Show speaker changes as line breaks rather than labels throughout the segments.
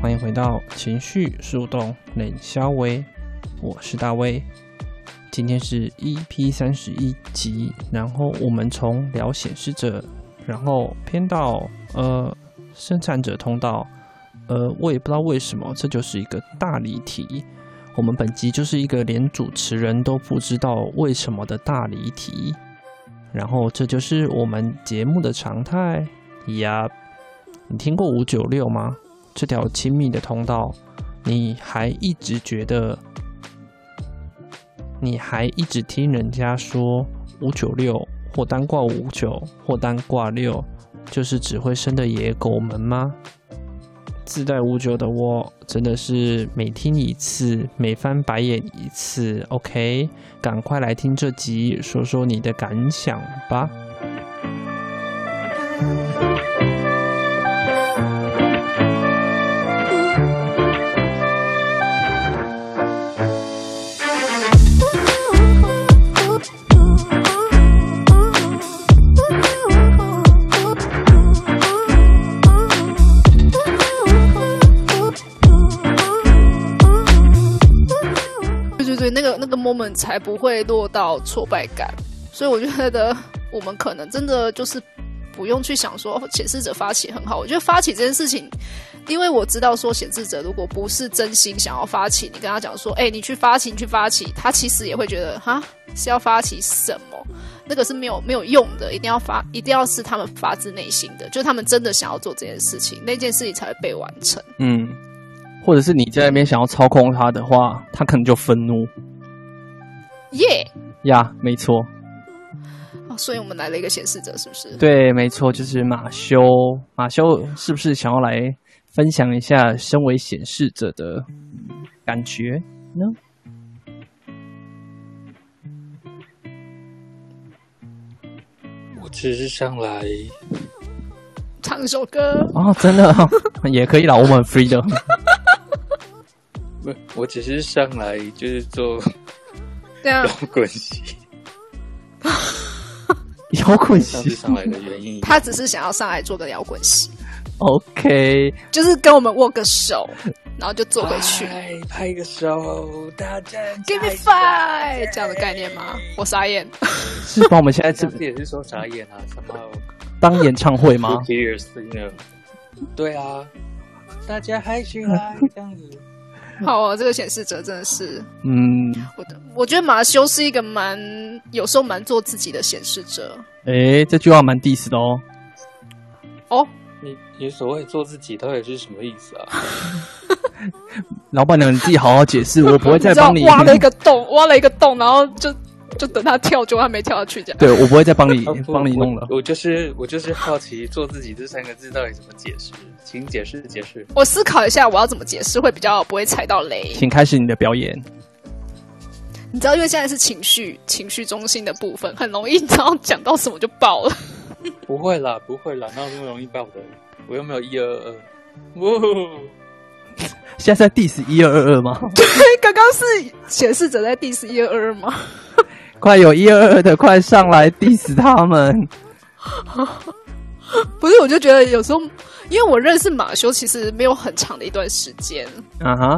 欢迎回到情绪树洞冷肖威，我是大威。今天是 EP 三十一集，然后我们从聊显示者，然后偏到呃生产者通道，呃，我也不知道为什么，这就是一个大离题。我们本集就是一个连主持人都不知道为什么的大离题，然后这就是我们节目的常态呀。你听过五九六吗？这条亲密的通道，你还一直觉得，你还一直听人家说五九六或单挂五九或单挂六，就是只会生的野狗们吗？自带五九的我，真的是每听一次，每翻白眼一次。OK，赶快来听这集，说说你的感想吧。
对对对，那个那个 moment 才不会落到挫败感。所以我觉得呃我们可能真的就是不用去想说哦显示者发起很好。我觉得发起这件事情，因为我知道说显示者如果不是真心想要发起，你跟他讲说，哎、你去发起，你去发起，他其实也会觉得哈是要发起什么。那个是没有没有用的，一定要发，一定要是他们发自内心的，就是他们真的想要做这件事情，那件事情才会被完成。
嗯，或者是你在那边想要操控他的话，他可能就愤怒
耶、
呀。没错，
啊，所以我们来了一个显示者，是不是？
对，没错，就是马修。马修是不是想要来分享一下身为显示者的感觉呢？
我只是上来，
唱一首歌。
哦，真的、 哦、也可以啦，我们很 free 的。
不，我只是上来就是做
对啊，
摇滚戏，
摇滚
上次
系
上来的原因。
他只是想要上来做个摇滚戏，
，OK，
就是跟我们握个手，然后就坐回去。
哎拍个手，大战
Give me five 这样的概念吗？我傻眼。
是把我们现在这
上次也是说傻眼啊，什么
当演唱会
Two
吗？
Tears，you know？对啊，大家嗨起来，这样子。
好哦，这个显示者真的是
嗯，
我的，我觉得马修是一个蛮有时候蛮做自己的显示者
诶，这句话蛮 diss 的哦。
哦。
你你所谓做自己到底是什么意思啊？
老板娘，你自己好好解释，我不会再
知道
帮你。
挖了一个洞， 挖了一个洞，然后就就等他跳，结果他没跳下去， 这样。
对，我不会再帮你
啊不
帮你弄了。
我我就是我就是好奇“做自己”这三个字到底怎么解释，请解释解释。
我思考一下，我要怎么解释会比较不会踩到雷。
请开始你的表演。
你知道，因为现在是情绪情绪中心的部分，很容易，你知道讲到什么就爆了。
不会啦，不会啦，哪有那么容易爆的？我又没有一二二。哇，
现在在 diss 一二二二吗？
刚刚是显示者在 diss 一二二吗？
快有一二二的，快上来 diss 他们。
不是，我就觉得有时候，因为我认识马修其实没有很长的一段时间，
啊哈，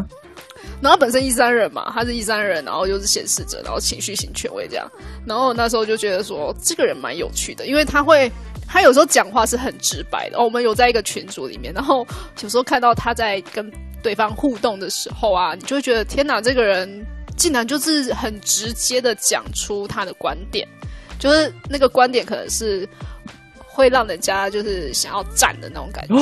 然后他本身一三人嘛，他是一三人，然后又是显示者，然后情绪型权威这样，然后那时候就觉得说这个人蛮有趣的，因为他会。他有时候讲话是很直白的、哦，我们有在一个群组里面，然后有时候看到他在跟对方互动的时候啊，你就会觉得天哪，这个人竟然就是很直接的讲出他的观点，就是那个观点可能是会让人家就是想要站的那种感觉。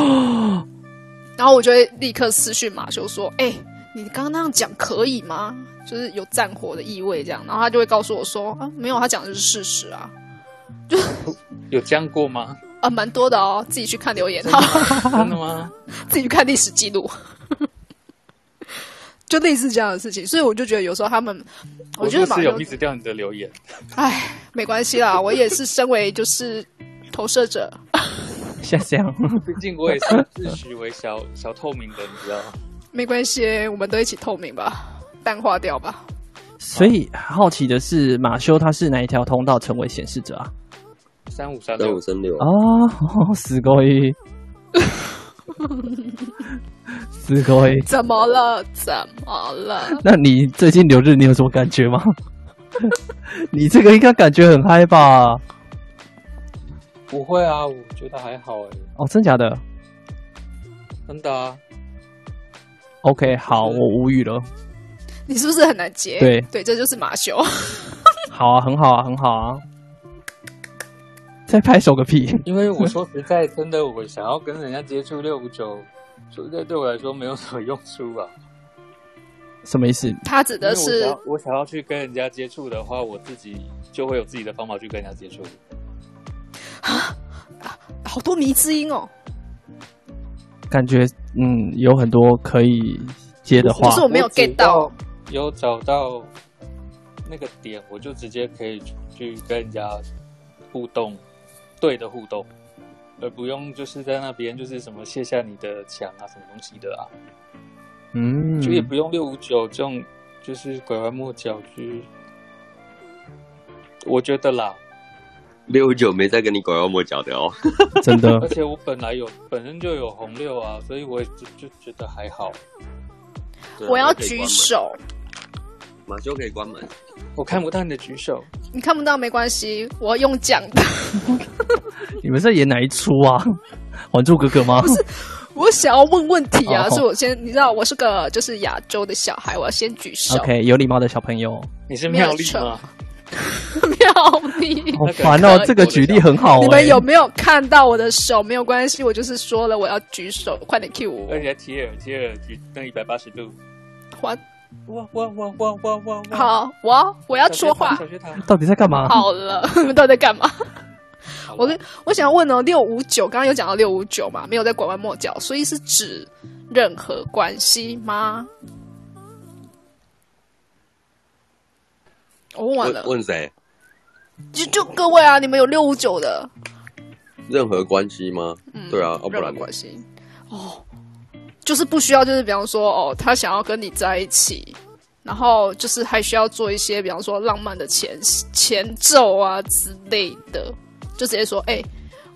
然后我就会立刻私讯马修说：“哎、你刚刚那样讲可以吗？就是有战火的意味这样。”然后他就会告诉我说：“啊，没有，他讲的就是事实啊。
有这样过吗？”
啊，蛮多的哦，自己去看留言好，
真的吗？
自己去看历史记录，就类似这样的事情。所以我就觉得有时候他们，我觉得
不
马
是有
友
一直掉你的留言，
唉，没关系 啦，我也是身为就是投射者，
下降。
毕竟我也是自诩为小小透明的，你知道吗？
没关系，我们都一起透明吧，淡化掉吧。
所以好奇的是，马修他是哪一条通道成为显示者啊？
三五三
三
六
五，三六
哦，哦死 鬼，死鬼。
怎么了？怎么了？
那你最近留日你有什么感觉吗？ 你这个应该感觉很嗨吧？哦
不会啊，我觉得还好哎、
哦，真假的
真的啊，
？OK，好，我无语了。
你是不是很难接？
对
对，这就是马修。
好啊，很好啊，很好啊。再拍手个屁！
因为我说实在，真的，我想要跟人家接触六九，说实在对我来说没有什么用处吧。
什么意思？
他指的
因为我想
是
要我想要去跟人家接触的话，我自己就会有自己的方法去跟人家接触。
好多迷之音哦，
感觉嗯，有很多可以接的话
就是。我没有 get 到，
有找到那个点，我就直接可以去跟人家互动，对的互动，而不用就是在那边就是什么卸下你的墙啊，什么东西的啊，
嗯，
就也不用六五九这种就是拐弯抹角去。我觉得啦，
六九没在跟你拐弯抹角的哦。
真的
而且我本来有本身就有红六啊，所以我也就就觉得还好。
对啊
我要
可以
举
关门，
手，
马修可以关门。
我看不到你的举手，
你看不到没关系，我用讲的。
你们在演哪一出啊？ 《还珠格格》吗？
我想要问问题啊，
哦
所以我先，你知道我是个就是亚洲的小孩，我要先举手。
OK，有礼貌的小朋友，
你是
妙
妙丽
手
吗？
妙丽，
好
那个
烦哦！
可以
这个举例很好、欸，
你们有没有看到我的手？没有关系，我就是说了我要举手，快点 cue 我
哎
而。且贴耳贴耳举那一百八十度，
哇，
哇哇哇哇哇哇！
好，我我要啊说话。
小学堂，
到底在干嘛？
好 了，你们到底在干嘛？
好
我
了
跟我想要问哦，六五九刚刚有讲到六五九嘛，没有在拐弯抹角，所以是指任何关系吗？我问完
问
了，
问谁？
就就各位啊，你们有六五九的，
任何关系吗？
嗯，
对啊，要不
任何
然
关系哦，就是不需要，就是比方说哦，他想要跟你在一起，然后就是还需要做一些，比方说浪漫的前前奏啊之类的，就直接说，哎、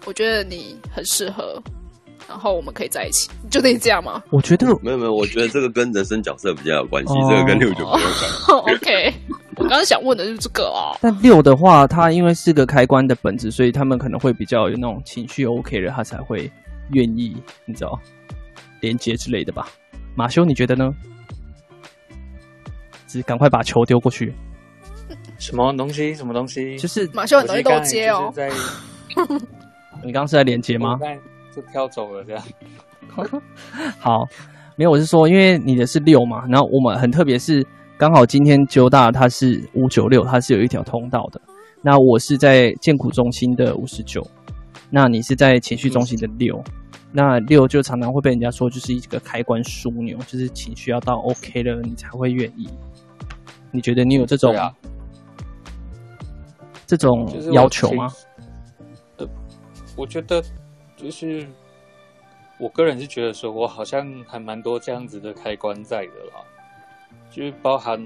我觉得你很适合，然后我们可以在一起，就类似这样 吗
我觉得
没有没有，我觉得这个跟人生角色比较有关系
哦，
这个跟六九没有关系。
？OK，我刚刚想问的就是这个哦。
但六的话，它因为是个开关的本质，所以他们可能会比较有那种情绪 OK 的，他才会愿意，你知道，连接之类的吧。马修，你觉得呢？只赶快把球丢过去，
什么东西？什么东西？
就是
马修很容易都接
我
哦，
其实刚才就是在
你刚刚是在连接吗
我？在就飘走了这样。
好，没有，我是说，因为你的是六嘛，然后我们很特别是，刚好今天九大它是五九六，它是有一条通道的。那我是在建苦中心的五十九，那你是在情绪中心的六、那六就常常会被人家说就是一个开关枢纽，就是情绪要到 OK 了，你才会愿意。你觉得你有这种、
对啊
这种
就是我
要求吗？
情？呃，我觉得就是我个人是觉得说，我好像还蛮多这样子的开关在的啦，就是包含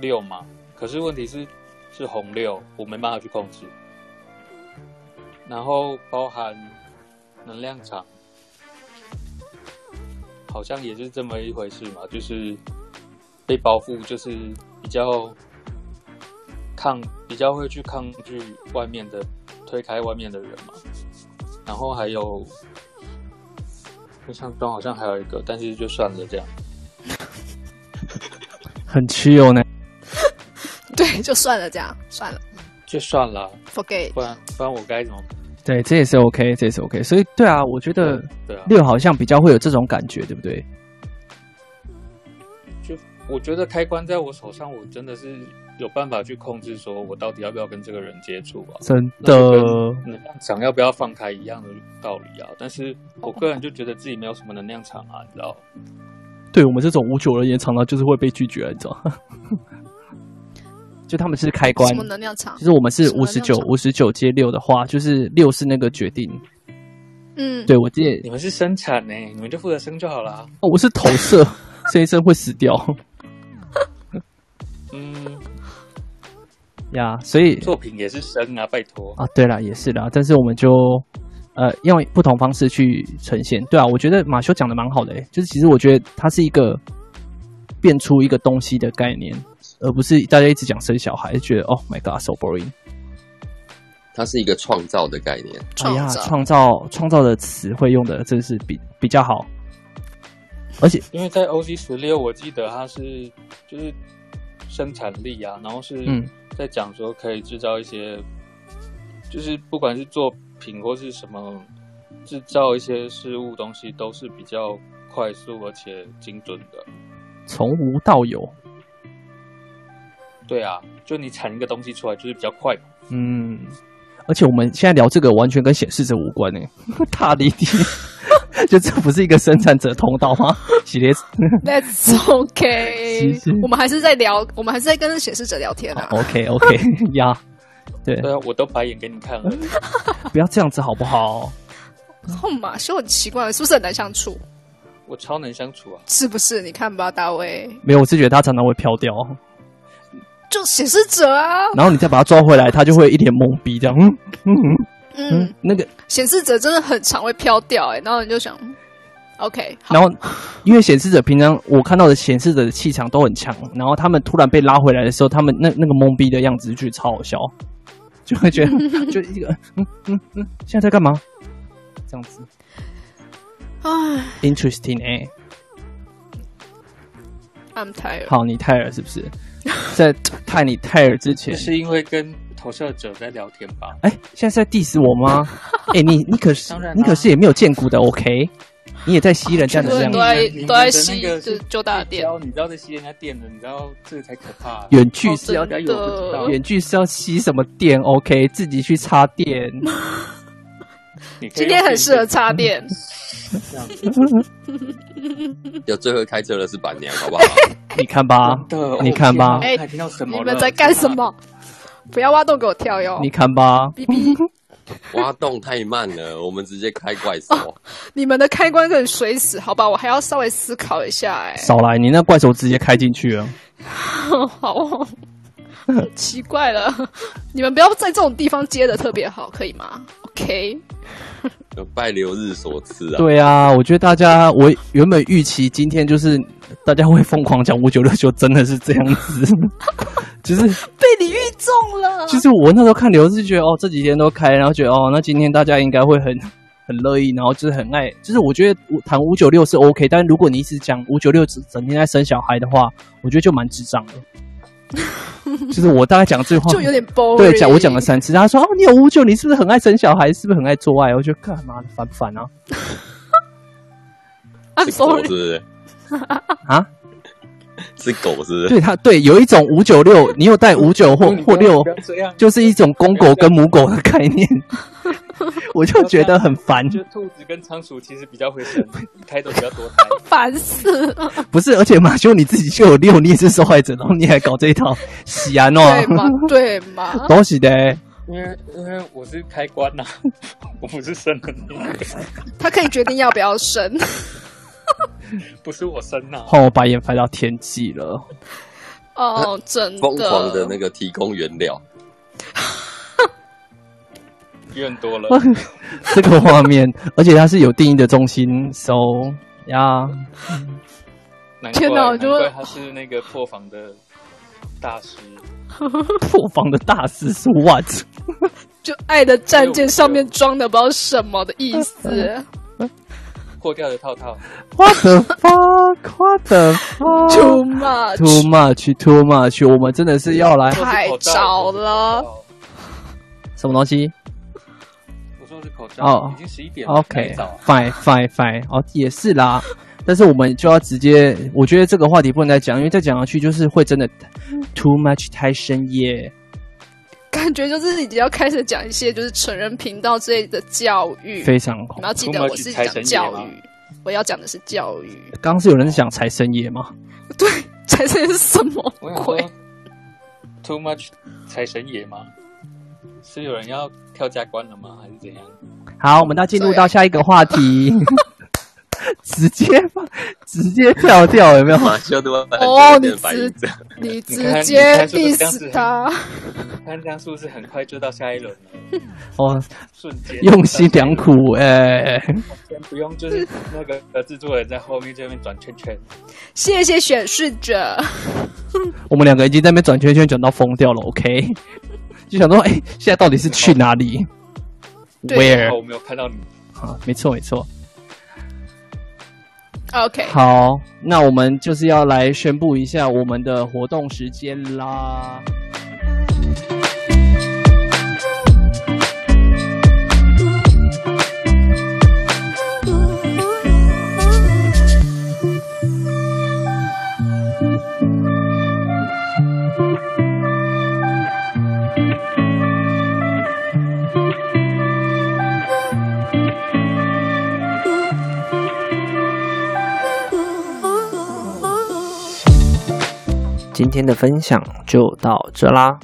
六嘛。可是问题是是红六，我没办法去控制。然后包含能量场，好像也是这么一回事嘛，就是被包覆，就是比较抗比较会去抗拒外面的推开外面的人嘛。然后还有，印象中好像还有一个，但是就算了这样。
很屈哦呢。
对，就算了，这样算了
就算了，
，forget。
不然不然我该怎么？
对，这也是 OK，这也是 OK。所以对啊，我觉得
对啊，
六好像比较会有这种感觉，对不对？
就我觉得开关在我手上，我真的是有办法去控制，说我到底要不要跟这个人接触啊？
真
那就跟
的，
能量场要不要放开一样的道理啊。但是我个人就觉得自己没有什么能量场啊，你知道？
对我们这种无酒而言，常常就是会被拒绝，你知道吗？就他们是开关
什，么能量场
就？是我们是
什
五
么
十
能
九
量场
五十九接六的话，就是六是那个决定。
嗯，
对我记得
你们是生产呢、你们就负责生就好啊啦。
哦，我是投射，这一生会死掉
嗯，
呀所以
作品也是生啊，拜托。
啊，对啦，也是啦，但是我们就呃用不同方式去呈现。对啊，我觉得马修讲的蛮好的、欸，就是其实我觉得它是一个变出一个东西的概念，而不是大家一直讲生小孩，就觉得 Oh my God，so boring。
它是一个创造的概 念。
哎
创
呀，
造
创造创造的词汇用的真是比比较好，而且
因为在 OG 十六，我记得它是就是生产力啊，然后是
嗯
在讲说可以制造一些，就是不管是作品或是什么，制造一些事物东西都是比较快速而且精准的。
从无到有，
对啊，就你产一个东西出来就是比较快。
嗯，而且我们现在聊这个完全跟显示者无关呢、 大离题。 就这不是一个生产者通道吗？ 系列
That's
其
OK
实。
我们还是在聊，我们还是在跟显示者聊天啊。
OK OK 呀、对，
对啊，我都白眼给你看了。
不要这样子好不好？
然后马修很奇怪，是不是很难相处？
我超能相处啊！
是不是？你看吧，大卫，
没有，我是觉得他常常会飘掉，
就显示者啊，
然后你再把他抓回来，他就会一脸懵逼这样。嗯嗯嗯
嗯
嗯，，那个，
显示者真的很常会飘掉哎、然后你就想嗯，OK，好，
然后因为显示者平常我看到的显示者的气场都很强，然后他们突然被拉回来的时候，他们那那个懵逼的样子，就觉得超好笑，就会觉 得就一个嗯嗯嗯，现在在干嘛？这样子
唉
，interesting 哎、
，I'm tired。
好，你泰尔是不是？在 泰你泰尔之前
这，是因为跟投射者在聊天吧？
哎，现在是在 diss 我 吗？哎、你你可是
当然啦
你可是也没有见骨的，OK？你也在吸人 家的
全部
这
人
样
都
子
在
你们
都在
的
吸
那个
就是就大店
你知道在吸人家电的，你知道这个才可怕、啊
远距是
真
要
要加油我不知道
的，
远距是要吸什么电？OK？自己去插电。
你可以
今
用
天很
电
适合插电。
这样子
有最会开车的是板娘，好不 好？
你看吧，
真的
啊你看吧
哎，还听到什么
你
了？
们在干什么？不要挖洞给我跳哟！
你看吧，
B B，
挖洞太慢了，我们直接开怪兽。
你们的开关很水死，好吧？我还要稍微思考一下、哎，
少来，你那怪手直接开进去了。
好哦、奇怪了，你们不要在这种地方接的特别好，可以吗？OK，
拜流日所赐啊！
对啊，我觉得大家，我原本预期今天就是大家会疯狂讲五九六九，真的是这样子， 就是
被你遇中了。
就是我那时候看刘是觉得哦，这几天都开，然后觉得哦，那今天大家应该会很很乐意，然后就是很爱，就是我觉得谈五九六是 OK，但如果你一直讲五九六整整天在生小孩的话，我觉得就蛮智障的。 就是我大概讲这句话，
就有点 boring。
哦对讲我讲了三次，他说哦，你有五九，你是不是很爱生小孩？是不是很爱做爱？我就干嘛的烦不烦啊？
I'm
是狗
sorry，
是不是？
啊？
是狗是不是？
对他对有一种五九六，你有带 五九或
不
或
要
六
不，要这样，
就是一种公狗跟母狗的概念， 我就觉得很烦。
就兔子跟仓鼠其实比较会生，胎都比较多胎。
烦死了。
不是，而且马修你自己就有六，你也是受害者，然后你还搞这一套，喜安哦，
对 嘛？对嘛？
恭喜的，
因为因为我是开关 呐、我不是生的那个，
他可以决定要不要生。
不是我生呐、
换我把眼翻到天际了。
哦，真的。
疯狂的那个提供原料，
哦
怨多了。
哦这个画面，而且它是有定义的中心，so 呀、
难怪
天哪我
难
就
怪他是那个破防的大师。
破防的大师是 what？
就爱的战舰上面装的不知道什么的意思，
破掉的套套，
What the fuck？What the fuck？Too
出嘛
much，too much，我们真的是要来
我说是口罩
太早了。
什么东西
我说是口罩，我说是口罩
哦
已经十一点了。还没早啊
？OK，fine，fine，fine，哦，也是啦。但是我们就要直接，我觉得这个话题不能再讲，因为再讲下去就是会真的 too much 太深夜。
感觉就是已经要开始讲一些就是成人频道之类的教育。
非常恐
你要记得我是讲教育，我要讲的是教育。
刚刚是有人讲财神爷吗？
对，财神爷是什么
我想
鬼
说？，too much 财神爷吗？是有人要跳加关了吗？还是怎样？
好，我们要进入到下一个话题， 直接直接跳掉有没有？
马修突然
哦
有点反应
你
这样，
你直
你看
接
你看是不是这
diss
样子
他，
看这样是不是很快就到下一轮了？
哦，
瞬间
用心良，苦哎、
先不用，就是那个呃制作人在后面这边转圈圈。
谢谢选试者。
我们两个已经在那边转圈圈转到疯掉了，OK？就想说，哎、现在到底是去哪里
对
还好
？Where？
我没有看到你，
啊，没错没错。
OK，
好，那我们就是要来宣布一下我们的活动时间啦。今天的分享就到这啦。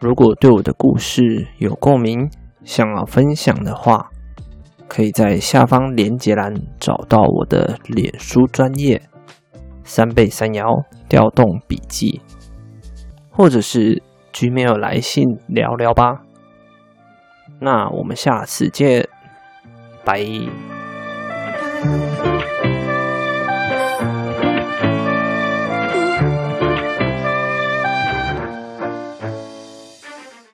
如果对我的故事有共鸣，想要分享的话，可以在下方连结栏找到我的脸书专业“三倍三摇调动笔记”，或者是 Gmail 来信聊聊吧。那我们下次见，拜。
Thank you.